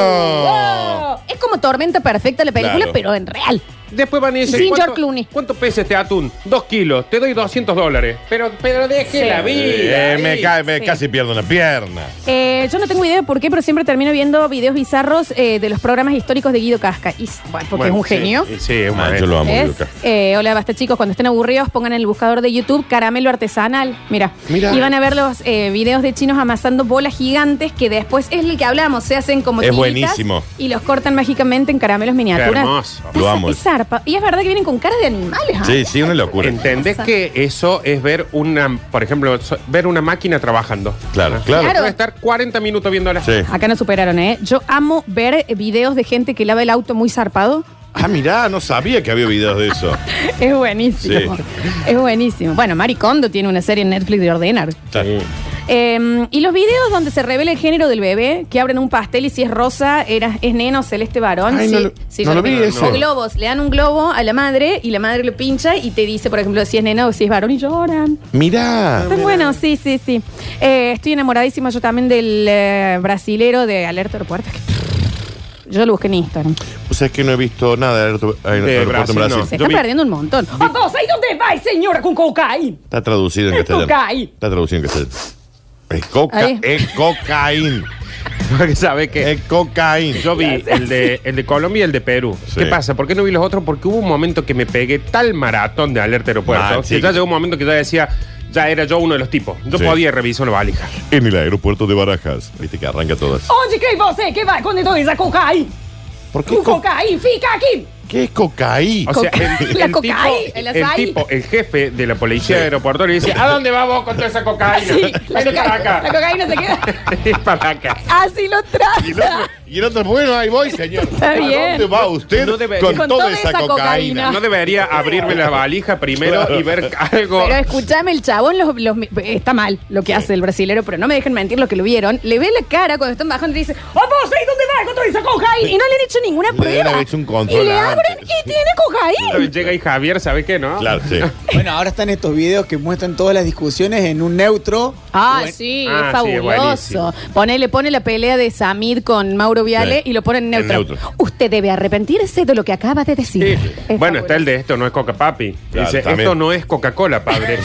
[SPEAKER 2] No.
[SPEAKER 1] Oh. Es como Tormenta Perfecta la película,
[SPEAKER 2] Claro.
[SPEAKER 1] pero en real.
[SPEAKER 3] Después van y dicen,
[SPEAKER 1] Sin
[SPEAKER 3] ¿cuánto-
[SPEAKER 1] George Clooney.
[SPEAKER 3] ¿Cuánto pesa este atún? Dos kilos. Te doy 200 dólares. Pero, pero deje
[SPEAKER 1] Sí.
[SPEAKER 3] la vida.
[SPEAKER 2] Eh,
[SPEAKER 3] ahí.
[SPEAKER 2] me cae- me
[SPEAKER 1] Sí.
[SPEAKER 2] casi pierdo una pierna.
[SPEAKER 1] Eh, yo no tengo idea de por qué, pero siempre termino viendo videos bizarros eh, de los programas históricos de Guido Casca. Y, bueno, porque es
[SPEAKER 3] Bueno,
[SPEAKER 1] un
[SPEAKER 3] sí,
[SPEAKER 1] genio.
[SPEAKER 3] Sí, es un
[SPEAKER 2] Ah,
[SPEAKER 3] genio.
[SPEAKER 2] yo lo amo,
[SPEAKER 1] ¿Ves?
[SPEAKER 2] Lucas.
[SPEAKER 1] Eh, hola, basta chicos. Cuando estén aburridos, pongan en el buscador de YouTube caramelo artesanal. Mira.
[SPEAKER 2] Mira.
[SPEAKER 1] Y van a ver los eh, videos de chinos amasando bolas gigantes que después es el que hablamos. Se hacen como
[SPEAKER 2] Es
[SPEAKER 1] tiritas
[SPEAKER 2] buenísimo.
[SPEAKER 1] Y los cortan mágicamente en caramelos miniaturas.
[SPEAKER 3] Qué hermoso.
[SPEAKER 1] Está-
[SPEAKER 2] Lo amo.
[SPEAKER 1] es zarpa. Y es verdad que vienen con caras de animales. ah.
[SPEAKER 2] Sí, sí, una locura.
[SPEAKER 3] ¿Entendés que eso es ver una, por ejemplo, so- ver una máquina trabajando?
[SPEAKER 2] Claro,
[SPEAKER 1] Claro.
[SPEAKER 2] claro.
[SPEAKER 3] Voy a estar 40 minutos viéndola.
[SPEAKER 2] Sí.
[SPEAKER 1] Acá nos superaron, ¿eh? Yo amo ver eh, videos de gente que lava el auto muy zarpado.
[SPEAKER 2] Ah, mirá, no sabía que había videos de eso.
[SPEAKER 1] Es buenísimo.
[SPEAKER 2] Sí.
[SPEAKER 1] Es buenísimo. Bueno, Maricondo tiene una serie en Netflix de ordenar.
[SPEAKER 2] Sí.
[SPEAKER 1] Eh, y los videos donde se revela el género del bebé, que abren un pastel y si es rosa, era, es neno, celeste, varón.
[SPEAKER 2] Ay,
[SPEAKER 1] sí,
[SPEAKER 2] no lo-
[SPEAKER 1] sí,
[SPEAKER 2] no
[SPEAKER 1] yo
[SPEAKER 2] lo vi
[SPEAKER 1] tengo.
[SPEAKER 2] ese.
[SPEAKER 1] O globos, le dan un globo a la madre y la madre lo pincha y te dice, por ejemplo, si es neno o si es varón y lloran.
[SPEAKER 2] Mirá.
[SPEAKER 1] Está bueno, sí, sí, sí. Eh, estoy enamoradísima yo también del eh, brasilero de Alerta Aeropuerto. Yo lo busqué en Instagram.
[SPEAKER 2] O sea, es que no he visto nada de aeropu- aer-
[SPEAKER 3] De
[SPEAKER 2] aeropuerto en
[SPEAKER 3] Brasil,
[SPEAKER 2] Brasil.
[SPEAKER 1] Se
[SPEAKER 3] Yo
[SPEAKER 1] está
[SPEAKER 3] vi-
[SPEAKER 1] perdiendo un montón. ¡Oh, cosa! ¿Y dónde vais, señora, con cocaína?
[SPEAKER 2] Está traducido en
[SPEAKER 1] Esto
[SPEAKER 2] castellano.
[SPEAKER 1] cae.
[SPEAKER 2] Está traducido en castellano. Es, coca,
[SPEAKER 1] Ahí.
[SPEAKER 2] es cocaín.
[SPEAKER 3] Porque sabe que
[SPEAKER 2] Es cocaín.
[SPEAKER 3] yo vi el de, el de Colombia y el de Perú.
[SPEAKER 2] Sí.
[SPEAKER 3] ¿Qué pasa? ¿Por qué no vi los otros? Porque hubo un momento que me pegué tal maratón de alerta aeropuerto
[SPEAKER 2] Ah,
[SPEAKER 3] que
[SPEAKER 2] sí.
[SPEAKER 3] ya llegó un momento que ya decía, ya era yo uno de los tipos. Yo
[SPEAKER 2] Sí.
[SPEAKER 3] podía revisar la valija.
[SPEAKER 2] En el aeropuerto de Barajas. Viste que arranca todas.
[SPEAKER 1] Oh,
[SPEAKER 8] Onde que
[SPEAKER 1] eh?
[SPEAKER 8] você que vai quando toda essa cocaína?
[SPEAKER 2] ¿Por qué,
[SPEAKER 8] O
[SPEAKER 2] co-
[SPEAKER 8] cocaína fica aqui.
[SPEAKER 2] ¿qué es cocaín?
[SPEAKER 3] O sea,
[SPEAKER 1] Coca-
[SPEAKER 3] el,
[SPEAKER 1] la
[SPEAKER 3] el tipo,
[SPEAKER 1] cocaína, el
[SPEAKER 3] el,
[SPEAKER 1] açaí.
[SPEAKER 3] tipo, el jefe de la policía
[SPEAKER 2] Sí.
[SPEAKER 3] aeroportuaria dice, ¿a dónde vas vos con toda esa cocaína?
[SPEAKER 1] Sí, la,
[SPEAKER 3] Vení para
[SPEAKER 1] coca- la
[SPEAKER 3] acá.
[SPEAKER 1] cocaína se queda.
[SPEAKER 3] Vení para acá.
[SPEAKER 1] Este Así lo
[SPEAKER 2] Y el, otro,
[SPEAKER 1] trata.
[SPEAKER 2] y el otro, bueno, ahí voy, señor.
[SPEAKER 1] Está
[SPEAKER 2] ¿A
[SPEAKER 1] bien.
[SPEAKER 2] dónde va usted
[SPEAKER 3] No debería-
[SPEAKER 2] con, toda esa cocaína?
[SPEAKER 3] No debería abrirme la valija primero
[SPEAKER 2] Claro.
[SPEAKER 3] y ver algo.
[SPEAKER 1] Pero escúchame, el chabón los, los- está mal lo que hace el brasilero, pero no me dejen mentir lo que lo vieron. Le ve la cara cuando están bajando y le dice, ¡Oh, vos, ¿y dónde vas con toda esa cocaína? Y no le han hecho ninguna
[SPEAKER 2] Le
[SPEAKER 1] prueba.
[SPEAKER 2] han hecho un
[SPEAKER 1] y
[SPEAKER 2] control
[SPEAKER 1] le
[SPEAKER 2] antes.
[SPEAKER 1] abren y tiene cocaína.
[SPEAKER 3] Llega y Javier, ¿sabe qué, no?
[SPEAKER 2] Claro, sí.
[SPEAKER 4] Bueno, ahora están estos videos que muestran todas las discusiones en un neutro.
[SPEAKER 1] Ah,
[SPEAKER 4] Bueno,
[SPEAKER 1] sí,
[SPEAKER 3] Ah,
[SPEAKER 1] es
[SPEAKER 3] sí, es buenísimo.
[SPEAKER 1] fabuloso. Pone, le pone la pelea de Samid con Mauro Viale
[SPEAKER 2] Sí,
[SPEAKER 1] y lo pone en
[SPEAKER 2] en
[SPEAKER 1] neutro.
[SPEAKER 2] neutro.
[SPEAKER 1] Usted debe arrepentirse de lo que acaba de decir.
[SPEAKER 3] Sí.
[SPEAKER 1] Es fabuloso.
[SPEAKER 3] Bueno, está el de esto no es Coca Papi.
[SPEAKER 2] Claro,
[SPEAKER 3] Dice,
[SPEAKER 2] también.
[SPEAKER 3] esto no es Coca-Cola, padre.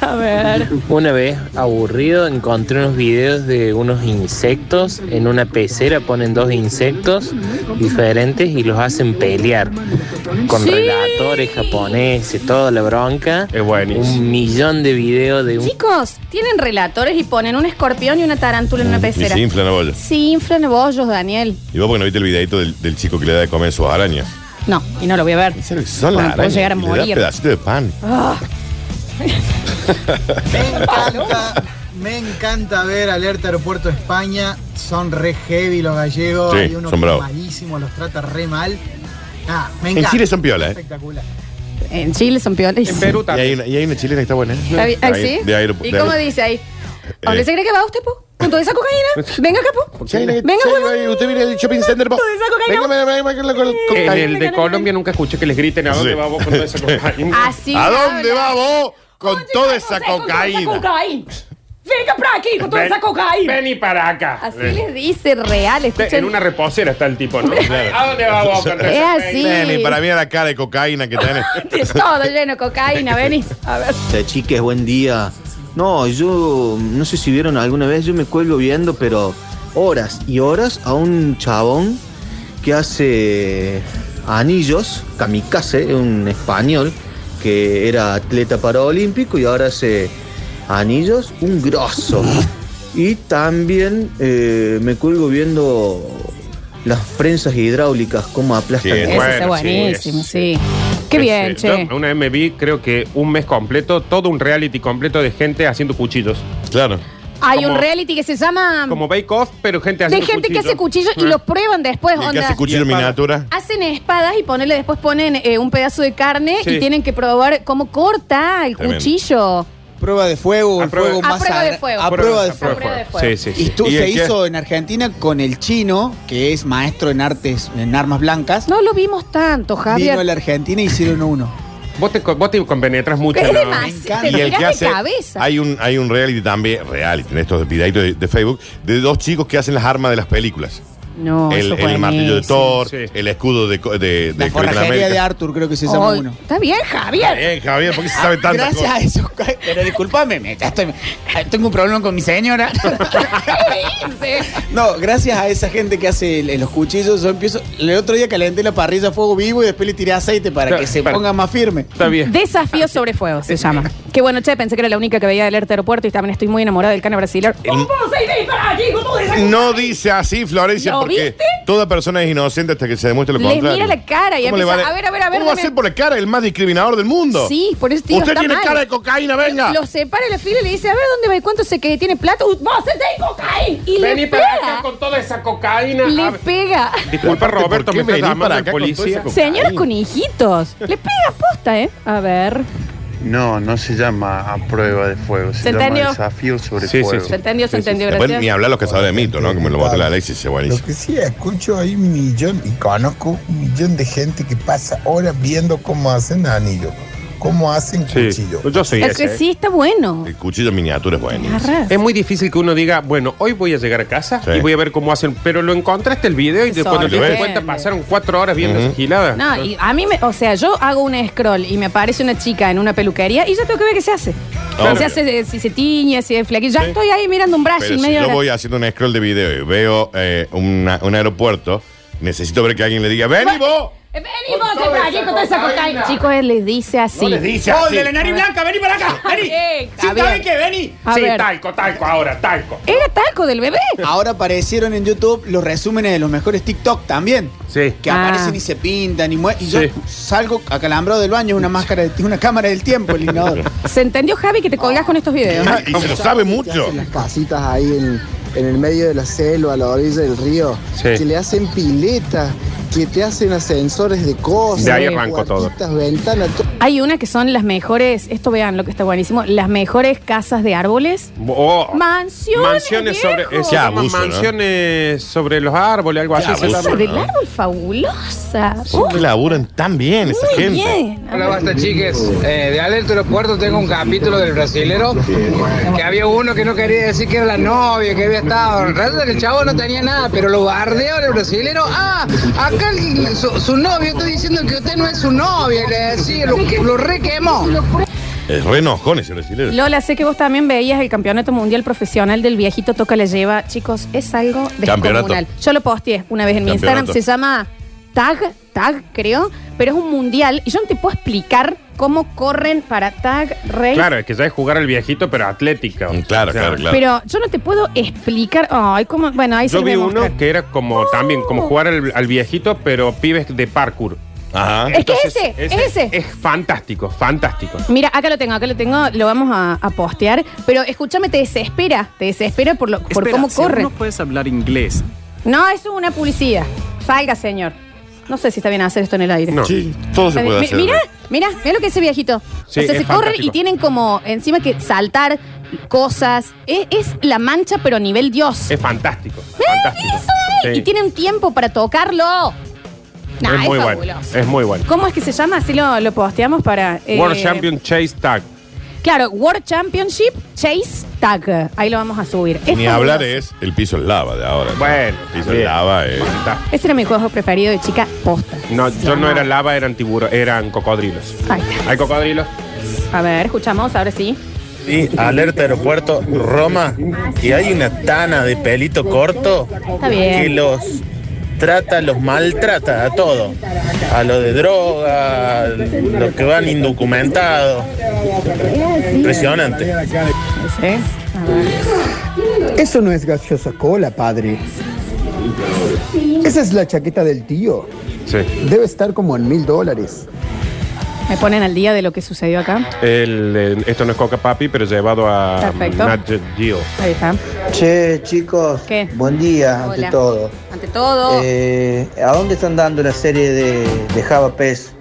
[SPEAKER 1] A ver.
[SPEAKER 9] Una vez aburrido encontré unos videos de unos insectos. En una pecera ponen dos insectos diferentes y los hacen pelear. Con
[SPEAKER 1] Sí.
[SPEAKER 9] relatores japoneses, toda la bronca.
[SPEAKER 3] Es buenísimo.
[SPEAKER 9] Un millón de videos de un
[SPEAKER 1] Chicos, tienen relatores y ponen un escorpión y una tarántula en una
[SPEAKER 2] Mm, Y
[SPEAKER 1] pecera.
[SPEAKER 2] se inflan a bola.
[SPEAKER 1] Sí, inflan bollos, Daniel.
[SPEAKER 2] Y vos porque no viste el videito del, del chico que le da de comer sus arañas.
[SPEAKER 1] No, y no lo voy a ver.
[SPEAKER 2] ¿En serio que son
[SPEAKER 1] Bueno,
[SPEAKER 2] las
[SPEAKER 1] puedo
[SPEAKER 2] arañas?
[SPEAKER 1] llegar a
[SPEAKER 2] Y le da
[SPEAKER 1] morir. Ah,
[SPEAKER 2] pedacito de pan.
[SPEAKER 10] Me encanta, me encanta ver Alerta Aeropuerto España. Son re heavy los gallegos.
[SPEAKER 2] Sí,
[SPEAKER 10] Hay uno
[SPEAKER 2] son
[SPEAKER 10] que es
[SPEAKER 2] bravos.
[SPEAKER 10] malísimo, los trata re mal. Ah, me
[SPEAKER 2] En
[SPEAKER 10] encanta.
[SPEAKER 2] Chile son piola, ¿eh?
[SPEAKER 10] Espectacular.
[SPEAKER 1] En Chile son peores.
[SPEAKER 3] en Perú
[SPEAKER 2] Y hay,
[SPEAKER 3] también.
[SPEAKER 2] una, y hay una chilena que está buena. ¿eh?
[SPEAKER 1] Está bien, ¿Ah,
[SPEAKER 2] De
[SPEAKER 1] sí?
[SPEAKER 2] aer- De aeropu-
[SPEAKER 1] ¿Y
[SPEAKER 2] de
[SPEAKER 1] cómo
[SPEAKER 2] aer-
[SPEAKER 1] dice ahí? ¿A ¿Dónde
[SPEAKER 2] Eh.
[SPEAKER 1] se cree que va usted, po? Con toda esa
[SPEAKER 3] Pues,
[SPEAKER 1] cocaína. Venga, capo.
[SPEAKER 2] Sí, hay una que-
[SPEAKER 1] Venga,
[SPEAKER 2] sí,
[SPEAKER 1] huevón.
[SPEAKER 2] hay- Usted viene del shopping center. vos-
[SPEAKER 1] Toda esa cocaína.
[SPEAKER 2] Venga, venga, venga, venga, con- con-
[SPEAKER 3] En
[SPEAKER 2] cocaína.
[SPEAKER 3] el de Colombia nunca escuché que les griten a dónde
[SPEAKER 2] Sí.
[SPEAKER 3] va vos con toda esa cocaína.
[SPEAKER 1] Así.
[SPEAKER 2] ¿A dónde
[SPEAKER 1] habla.
[SPEAKER 2] va vos con toda esa cocaína?
[SPEAKER 8] cocaína. Fica pra aqui com toda
[SPEAKER 3] Ven-
[SPEAKER 8] essa cocaína.
[SPEAKER 3] Vení para acá.
[SPEAKER 1] Así
[SPEAKER 3] Ven.
[SPEAKER 1] les dice real.
[SPEAKER 3] Te-
[SPEAKER 1] Escuchen.
[SPEAKER 3] En una reposera está el tipo, ¿no?
[SPEAKER 2] Claro.
[SPEAKER 3] ¿A dónde va vos con toda
[SPEAKER 1] Es
[SPEAKER 3] esa
[SPEAKER 1] así.
[SPEAKER 2] Neni, para mí era la cara de cocaína que tenés.
[SPEAKER 1] Todo lleno de cocaína, venís. A ver.
[SPEAKER 11] Este, Chiques, buen día. No, yo no sé si vieron alguna vez, yo me cuelgo viendo, pero horas y horas a un chabón que hace anillos, kamikaze, un español que era atleta paraolímpico y ahora hace anillos, un grosso. Y también eh, me cuelgo viendo las prensas hidráulicas, cómo aplastan.
[SPEAKER 2] Sí,
[SPEAKER 1] Ese
[SPEAKER 3] Bueno,
[SPEAKER 1] está buenísimo,
[SPEAKER 3] sí,
[SPEAKER 1] sí. Qué bien,
[SPEAKER 3] Ese-
[SPEAKER 1] che.
[SPEAKER 3] yo una vez me vi, creo que un mes completo, todo un reality completo de gente haciendo cuchillos.
[SPEAKER 2] Claro.
[SPEAKER 1] Hay
[SPEAKER 3] como-
[SPEAKER 1] un reality que se llama.
[SPEAKER 3] Como Bake Off, pero gente
[SPEAKER 1] Ah. De
[SPEAKER 3] haciendo
[SPEAKER 1] gente que hace
[SPEAKER 3] cuchillos.
[SPEAKER 1] cuchillos y
[SPEAKER 3] Ah.
[SPEAKER 1] los prueban después,
[SPEAKER 2] ¿Y el que
[SPEAKER 1] onda.
[SPEAKER 2] hace cuchillo
[SPEAKER 3] Y espada.
[SPEAKER 2] miniatura?
[SPEAKER 1] Hacen espadas y ponele, después ponen eh, un pedazo de carne
[SPEAKER 3] Sí.
[SPEAKER 1] y tienen que probar cómo corta el
[SPEAKER 2] Tremendo.
[SPEAKER 1] cuchillo.
[SPEAKER 4] Prueba de fuego,
[SPEAKER 3] A
[SPEAKER 4] el
[SPEAKER 3] prueba-
[SPEAKER 4] fuego
[SPEAKER 1] A
[SPEAKER 4] más
[SPEAKER 1] prueba de
[SPEAKER 4] sagra-
[SPEAKER 1] fuego.
[SPEAKER 4] A prueba de
[SPEAKER 1] A prueba
[SPEAKER 4] fuego.
[SPEAKER 1] de fuego.
[SPEAKER 3] Sí, sí,
[SPEAKER 4] Y
[SPEAKER 3] sí.
[SPEAKER 4] tú
[SPEAKER 2] ¿Y el
[SPEAKER 4] se
[SPEAKER 2] qué?
[SPEAKER 4] hizo en Argentina con el chino, que es maestro en artes, en armas blancas.
[SPEAKER 1] No lo vimos tanto,
[SPEAKER 4] Vino a
[SPEAKER 1] Javier.
[SPEAKER 4] la Argentina y hicieron uno.
[SPEAKER 3] Vos te, co- vos te compenetras mucho.
[SPEAKER 1] Es
[SPEAKER 3] ¿no?
[SPEAKER 1] demasiado.
[SPEAKER 4] Me
[SPEAKER 1] Ah, Te
[SPEAKER 4] encanta.
[SPEAKER 2] Y el
[SPEAKER 1] tirás
[SPEAKER 2] que
[SPEAKER 1] de
[SPEAKER 2] hace.
[SPEAKER 1] cabeza.
[SPEAKER 2] Hay un, hay un reality también, reality, en estos videitos de, de Facebook, de dos chicos que hacen las armas de las películas.
[SPEAKER 1] No,
[SPEAKER 2] el,
[SPEAKER 1] Oh, eso
[SPEAKER 2] el martillo de
[SPEAKER 1] buenísimo.
[SPEAKER 2] Thor,
[SPEAKER 3] Sí.
[SPEAKER 2] el escudo de, co- de, de
[SPEAKER 4] La
[SPEAKER 2] Capitán
[SPEAKER 4] forrajería
[SPEAKER 2] América.
[SPEAKER 4] de Arthur, creo que se llama
[SPEAKER 1] Ay,
[SPEAKER 4] uno.
[SPEAKER 1] Está bien, Javier.
[SPEAKER 2] Está bien, Javier, ¿por qué se sabe
[SPEAKER 1] Ah,
[SPEAKER 2] tanto?
[SPEAKER 4] Gracias a eso. Pero discúlpame, me- ya estoy- tengo un problema con mi señora. No, gracias a esa gente que hace el- los cuchillos, yo empiezo. El otro día calenté la parrilla a fuego vivo y después le tiré aceite para
[SPEAKER 3] Claro,
[SPEAKER 4] que se
[SPEAKER 3] para-
[SPEAKER 4] ponga más firme.
[SPEAKER 3] Está bien.
[SPEAKER 1] Desafío sobre fuego se llama. Qué bueno, che, pensé que era la única que veía de alerta aeropuerto y también estoy muy enamorada del cana brasileño.
[SPEAKER 8] Você vem pra aqui com toda essa cocaína.
[SPEAKER 2] No dice así, Florencia,
[SPEAKER 1] ¿Lo
[SPEAKER 2] porque
[SPEAKER 1] viste?
[SPEAKER 2] toda persona es inocente hasta que se demuestre lo
[SPEAKER 1] Les
[SPEAKER 2] contrario.
[SPEAKER 1] mira la cara y
[SPEAKER 2] ¿Cómo
[SPEAKER 1] empieza,
[SPEAKER 2] le
[SPEAKER 1] a ver, a ver, a ver,
[SPEAKER 2] ¿Cómo va a
[SPEAKER 1] deme-
[SPEAKER 2] ser por la cara el más discriminador del mundo?
[SPEAKER 1] Sí, por eso te digo,
[SPEAKER 2] Usted
[SPEAKER 1] está
[SPEAKER 2] tiene
[SPEAKER 1] mal.
[SPEAKER 2] cara de cocaína, venga.
[SPEAKER 1] Lo separa la fila y le dice, a ver dónde va y cuánto se que tiene plata. Uh, vos
[SPEAKER 8] Você tem cocaína.
[SPEAKER 1] Y
[SPEAKER 3] Vení
[SPEAKER 1] le
[SPEAKER 3] para acá
[SPEAKER 1] pega.
[SPEAKER 3] con toda esa cocaína. A
[SPEAKER 1] Le
[SPEAKER 3] ver,
[SPEAKER 1] pega.
[SPEAKER 3] Disculpa,
[SPEAKER 2] Aparte, ¿por
[SPEAKER 3] Roberto,
[SPEAKER 2] qué
[SPEAKER 3] me está
[SPEAKER 2] venís
[SPEAKER 3] llamando
[SPEAKER 2] para
[SPEAKER 3] el
[SPEAKER 2] acá con toda esa
[SPEAKER 3] policía.
[SPEAKER 2] cocaína?
[SPEAKER 1] Señores con hijitos. Le pega posta, ¿eh? A ver.
[SPEAKER 7] No, no se llama a prueba de fuego,
[SPEAKER 1] Se llama entendió.
[SPEAKER 7] desafío sobre
[SPEAKER 3] Sí, sí, fuego. sí.
[SPEAKER 1] Se entendió, se entendió,
[SPEAKER 2] Después ni
[SPEAKER 1] gracias.
[SPEAKER 2] hablar los cazadores de mito, ¿no? Que me lo botó la Alexis, se
[SPEAKER 12] Lo
[SPEAKER 2] buenísimo.
[SPEAKER 12] que sí escucho hay un millón, y conozco un millón de gente que pasa horas viendo cómo hacen anillo, cómo hacen
[SPEAKER 3] Sí.
[SPEAKER 12] cuchillo.
[SPEAKER 3] Yo soy
[SPEAKER 1] El que
[SPEAKER 3] ese. ¿eh?
[SPEAKER 1] sí está bueno.
[SPEAKER 2] El cuchillo miniatura es buenísimo.
[SPEAKER 1] Agarras.
[SPEAKER 3] Es muy difícil que uno diga, bueno, hoy voy a llegar a casa
[SPEAKER 2] Sí.
[SPEAKER 3] y voy a ver cómo hacen. Pero lo encontraste el video y
[SPEAKER 1] Eso,
[SPEAKER 3] cuando te das
[SPEAKER 1] ¿ves?
[SPEAKER 3] cuenta pasaron cuatro horas viendo
[SPEAKER 2] Ujú.
[SPEAKER 3] esa gilada.
[SPEAKER 1] No, y a mí me, o sea, yo hago un scroll y me aparece una chica en una peluquería y ya tengo que ver qué se hace.
[SPEAKER 2] Claro.
[SPEAKER 1] Se hace, de- si se tiñe, si es flequillo. Ya
[SPEAKER 2] Ah, Sí.
[SPEAKER 1] estoy ahí mirando un brazo
[SPEAKER 2] Pero
[SPEAKER 1] y
[SPEAKER 2] si
[SPEAKER 1] medio
[SPEAKER 2] yo
[SPEAKER 1] Ah, hora.
[SPEAKER 2] voy haciendo un scroll de video y veo eh, una- un aeropuerto, necesito ver que alguien le diga, ven y vos.
[SPEAKER 1] Eh, Vení vos, para aquí con toda esa cocaína. Chicos, él les dice así.
[SPEAKER 2] No les dice así. Oh, el de la
[SPEAKER 13] nariz blanca, vení para acá, vení.
[SPEAKER 1] Sí,
[SPEAKER 13] ¿saben
[SPEAKER 1] qué? Vení. A
[SPEAKER 13] sí,
[SPEAKER 1] ver.
[SPEAKER 13] talco, talco, ahora, talco.
[SPEAKER 1] ¿Era talco del bebé?
[SPEAKER 4] Ahora aparecieron en YouTube los resúmenes de los mejores TikTok también.
[SPEAKER 3] Sí.
[SPEAKER 4] Que
[SPEAKER 1] Ah.
[SPEAKER 4] aparecen y se pintan y mue- Y yo
[SPEAKER 3] Sí.
[SPEAKER 4] salgo acalambrado del baño una máscara, de- una cámara del tiempo, el inodoro.
[SPEAKER 1] ¿Se entendió, Javi, que te colgás con estos videos?
[SPEAKER 2] Y se lo sabe mucho.
[SPEAKER 14] Las casitas ahí en, en el medio de la selva, a la orilla del río,
[SPEAKER 3] Sí.
[SPEAKER 14] que le hacen piletas, que te hacen ascensores de cosas.
[SPEAKER 3] De ahí arrancó todo.
[SPEAKER 14] puertitas, Ventanas, todo.
[SPEAKER 1] Hay una que son las mejores, esto vean lo que está buenísimo, las mejores casas de árboles.
[SPEAKER 3] Oh.
[SPEAKER 1] Mansiones.
[SPEAKER 3] Mansiones sobre,
[SPEAKER 1] viejo.
[SPEAKER 3] eh, se llaman mansiones sobre los árboles, algo así. se
[SPEAKER 1] Esa
[SPEAKER 3] llama,
[SPEAKER 1] del
[SPEAKER 3] ¿no?
[SPEAKER 1] árbol fabulosa.
[SPEAKER 2] Sí, que laburan tan bien esa
[SPEAKER 1] Uh. Muy
[SPEAKER 2] gente.
[SPEAKER 1] bien.
[SPEAKER 15] Hola, basta chiques. Eh, de Alerta Aeropuerto tengo un capítulo del brasilero que había uno que no quería decir que era la novia, que había estado. En realidad el chavo no tenía nada, pero lo bardearon el brasilero. Ah, acá el- su, su novio está diciendo que usted no es su novia. Le decía, lo, que- lo re quemó.
[SPEAKER 2] Es re enojón ese brasileño.
[SPEAKER 1] Lola, sé que vos también veías el campeonato mundial profesional del viejito toca la lleva. Chicos, es algo descomunal.
[SPEAKER 2] Campeonato.
[SPEAKER 1] Yo lo posteé una vez en mi
[SPEAKER 2] Campeonato.
[SPEAKER 1] Instagram. Se llama Tag, Tag, creo, pero es un mundial. Y yo no te puedo explicar cómo corren para Tag Race.
[SPEAKER 3] Claro, es que ya es jugar al viejito, pero atlética.
[SPEAKER 2] Claro, claro,
[SPEAKER 1] Pero yo no te puedo explicar. Ay, cómo. Bueno, ahí se
[SPEAKER 3] Yo
[SPEAKER 1] lo voy
[SPEAKER 3] vi
[SPEAKER 1] a
[SPEAKER 3] uno
[SPEAKER 1] mostrar.
[SPEAKER 3] que era como también,
[SPEAKER 1] Uh.
[SPEAKER 3] como jugar al, al viejito, pero pibes de parkour.
[SPEAKER 2] Ajá.
[SPEAKER 1] Es que ese, es ese.
[SPEAKER 3] Es fantástico, fantástico.
[SPEAKER 1] Mira, acá lo tengo, acá lo tengo, lo vamos a, a postear. Pero escúchame, te desespera, te desespera por, lo, por cómo corre.
[SPEAKER 16] No puedes hablar inglés.
[SPEAKER 1] No, eso es una publicidad. Salga, señor. No sé si está bien hacer esto en el aire.
[SPEAKER 16] No.
[SPEAKER 2] Sí, todo se
[SPEAKER 1] Está
[SPEAKER 2] puede
[SPEAKER 1] bien.
[SPEAKER 2] hacer.
[SPEAKER 1] Mi- Mira, mira, mira lo que es ese viejito.
[SPEAKER 2] Sí,
[SPEAKER 1] o sea,
[SPEAKER 2] es
[SPEAKER 1] se corre
[SPEAKER 2] fantástico.
[SPEAKER 1] y tienen como encima que saltar cosas. Es, es la mancha, pero a nivel Dios.
[SPEAKER 3] Es fantástico.
[SPEAKER 1] Mira
[SPEAKER 3] fantástico.
[SPEAKER 1] eso, eh.
[SPEAKER 3] Sí.
[SPEAKER 1] Y tienen tiempo para tocarlo. Nah,
[SPEAKER 3] es muy bueno.
[SPEAKER 1] fabuloso.
[SPEAKER 3] Es muy bueno.
[SPEAKER 1] ¿Cómo es que se llama? Así lo, lo posteamos para. eh,
[SPEAKER 3] World Champion Chase Tag.
[SPEAKER 1] Claro, World Championship Chase Tag. Ahí lo vamos a subir. Es
[SPEAKER 2] Ni
[SPEAKER 1] fabuloso.
[SPEAKER 2] hablar es el piso es lava de ahora. ¿no?
[SPEAKER 3] Bueno,
[SPEAKER 2] el piso es
[SPEAKER 3] bien.
[SPEAKER 2] lava es.
[SPEAKER 1] Ese era mi juego preferido de chica posta.
[SPEAKER 3] No, yo no era lava, eran tiburones, eran cocodrilos.
[SPEAKER 1] Ahí está.
[SPEAKER 3] ¿Hay cocodrilos?
[SPEAKER 1] A ver, escuchamos, ahora sí.
[SPEAKER 17] Sí, alerta aeropuerto Roma, que hay una tana de pelito corto
[SPEAKER 1] Está bien.
[SPEAKER 17] que los trata, los maltrata a todos. A los de droga, a los que van indocumentados. Impresionante.
[SPEAKER 18] Eso no es gaseosa cola, padre. Esa es la chaqueta del tío. Debe estar como en mil dólares.
[SPEAKER 1] Me ponen al día de lo que sucedió acá.
[SPEAKER 3] El, eh, esto no es Coca Papi, pero llevado a
[SPEAKER 1] Perfecto.
[SPEAKER 3] Nat Geo.
[SPEAKER 1] Ahí está.
[SPEAKER 19] Che, chicos,
[SPEAKER 1] ¿Qué?
[SPEAKER 19] Eh, buen día
[SPEAKER 1] Hola.
[SPEAKER 19] ante todo.
[SPEAKER 1] Ante todo.
[SPEAKER 19] Eh, ¿A dónde están dando la serie de, de Java Pez?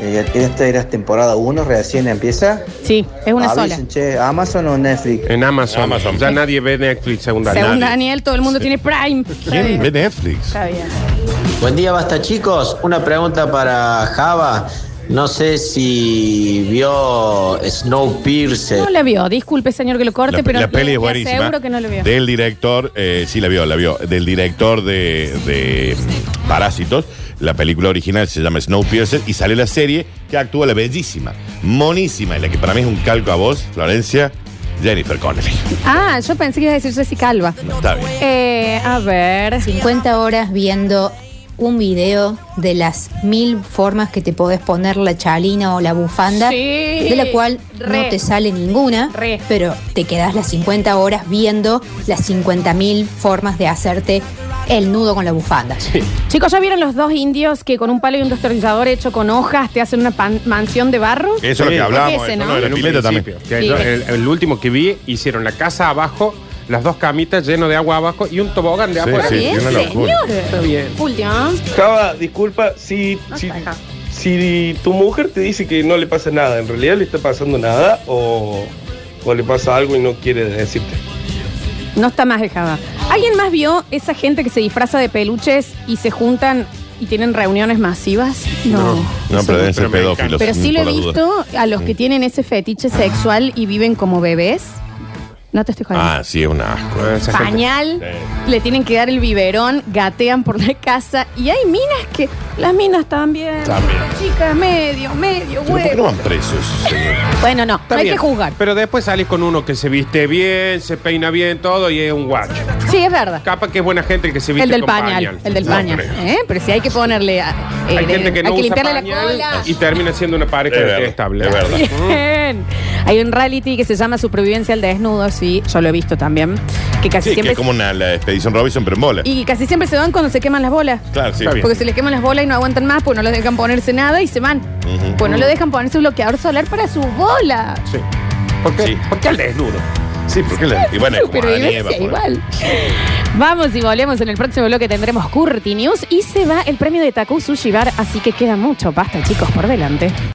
[SPEAKER 19] Eh, esta era temporada 1, recién empieza.
[SPEAKER 1] Sí, es una sola.
[SPEAKER 19] Avisen, che, ¿Amazon o Netflix?
[SPEAKER 3] En Amazon. Ya nadie ve Netflix, según Daniel.
[SPEAKER 1] Según Daniel, todo el mundo tiene Prime. Está bien.
[SPEAKER 2] Netflix?
[SPEAKER 1] Está bien.
[SPEAKER 20] Buen día, basta chicos. Una pregunta para Java. No sé si vio Snowpiercer.
[SPEAKER 1] No la vio, disculpe señor que lo corte,
[SPEAKER 2] La,
[SPEAKER 1] pero
[SPEAKER 2] la peli es
[SPEAKER 1] buenísima.
[SPEAKER 2] buenísima.
[SPEAKER 1] Seguro que no lo vio.
[SPEAKER 2] Del director, eh, sí la vio, la vio. Del director de, de Parásitos, la película original se llama Snowpiercer y sale la serie que actúa la bellísima, monísima, y la que para mí es un calco a vos, Florencia, Jennifer Connelly.
[SPEAKER 1] Ah, yo pensé que iba a decir Ceci Calva.
[SPEAKER 2] No, está bien.
[SPEAKER 1] Eh, a ver.
[SPEAKER 21] 50 horas viendo un video de las mil formas que te podés poner la chalina o la bufanda,
[SPEAKER 1] Sí,
[SPEAKER 21] de la cual
[SPEAKER 1] re.
[SPEAKER 21] no te sale ninguna, pero te quedás las 50 horas viendo las 50 mil formas de hacerte el nudo con la bufanda.
[SPEAKER 1] Chicos, ¿ya vieron los dos indios que con un palo y un destornillador hecho con hojas te hacen una pan- mansión de barro?
[SPEAKER 2] Este,
[SPEAKER 3] Eso es lo que hablábamos.
[SPEAKER 1] Ese,
[SPEAKER 3] eso
[SPEAKER 1] ¿no?
[SPEAKER 3] no, de la
[SPEAKER 2] Ah, En un
[SPEAKER 3] pileta también.
[SPEAKER 2] principio.
[SPEAKER 3] Que
[SPEAKER 1] Sí.
[SPEAKER 3] yo, el, el último que vi, hicieron la casa abajo, las dos camitas lleno de agua abajo y un tobogán de
[SPEAKER 2] Sí,
[SPEAKER 3] afuera.
[SPEAKER 2] sí,
[SPEAKER 1] Bien,
[SPEAKER 2] una locura.
[SPEAKER 1] señor.
[SPEAKER 22] Está bien.
[SPEAKER 1] Julio.
[SPEAKER 22] Java, disculpa, si, si, si tu mujer te dice que no le pasa nada, ¿en realidad le está pasando nada o, o le pasa algo y no quiere decirte?
[SPEAKER 1] No está más el Java. ¿Alguien más vio esa gente que se disfraza de peluches y se juntan y tienen reuniones masivas? No.
[SPEAKER 2] No, pero deben ser
[SPEAKER 3] Pero me
[SPEAKER 2] pedófilos.
[SPEAKER 1] Pero sí
[SPEAKER 2] mm,
[SPEAKER 1] lo he
[SPEAKER 2] por las dudas.
[SPEAKER 1] visto a los que tienen ese fetiche sexual y viven como bebés. No te estoy jodiendo.
[SPEAKER 2] Ah, sí, es un asco.
[SPEAKER 1] Pañal,
[SPEAKER 2] Sí.
[SPEAKER 1] le tienen que dar el biberón, gatean por la casa y hay minas que. Las minas también.
[SPEAKER 2] También.
[SPEAKER 1] Chicas, medio, medio,
[SPEAKER 2] Pero ¿Por qué no
[SPEAKER 1] huevo.
[SPEAKER 2] van presos?
[SPEAKER 1] Bueno, no,
[SPEAKER 3] Está
[SPEAKER 1] no hay
[SPEAKER 3] bien,
[SPEAKER 1] que juzgar.
[SPEAKER 3] Pero después salís con uno que se viste bien, se peina bien, todo y es un guacho.
[SPEAKER 1] Sí, es verdad.
[SPEAKER 3] Capaz que es buena gente el que se viste
[SPEAKER 1] El del
[SPEAKER 3] con
[SPEAKER 1] pañal, el del
[SPEAKER 3] No
[SPEAKER 1] pañal.
[SPEAKER 3] creo.
[SPEAKER 1] ¿eh? Pero si hay que ponerle. a- eh,
[SPEAKER 3] Hay gente
[SPEAKER 1] de-
[SPEAKER 3] que no
[SPEAKER 1] hay que
[SPEAKER 3] usa
[SPEAKER 1] limpiarle
[SPEAKER 3] pañal
[SPEAKER 1] la cola.
[SPEAKER 3] y termina siendo una pareja
[SPEAKER 2] Es verdad,
[SPEAKER 3] estable.
[SPEAKER 2] es verdad.
[SPEAKER 1] Bien. Hay un reality que se llama Supervivencia al Desnudo, sí, yo lo he visto también. Que casi
[SPEAKER 2] Sí, que
[SPEAKER 1] siempre.
[SPEAKER 2] es como una, la expedición Robinson, pero en bola.
[SPEAKER 1] Y casi siempre se van cuando se queman las bolas.
[SPEAKER 2] Claro, sí.
[SPEAKER 1] Porque se les queman las bolas y no aguantan más, pues no les dejan ponerse nada y se van.
[SPEAKER 2] Ujú.
[SPEAKER 1] Pues no le dejan ponerse bloqueador solar para su bola.
[SPEAKER 3] Sí. ¿Por qué? ¿Por qué al desnudo?
[SPEAKER 2] Sí, porque la, y bueno, es como la nieve,
[SPEAKER 1] Supervivencia
[SPEAKER 2] por-
[SPEAKER 1] igual. Vamos y volvemos en el próximo bloque tendremos Curti News y se va el premio de Taku Sushi Bar, así que queda mucho pasta, chicos, por delante.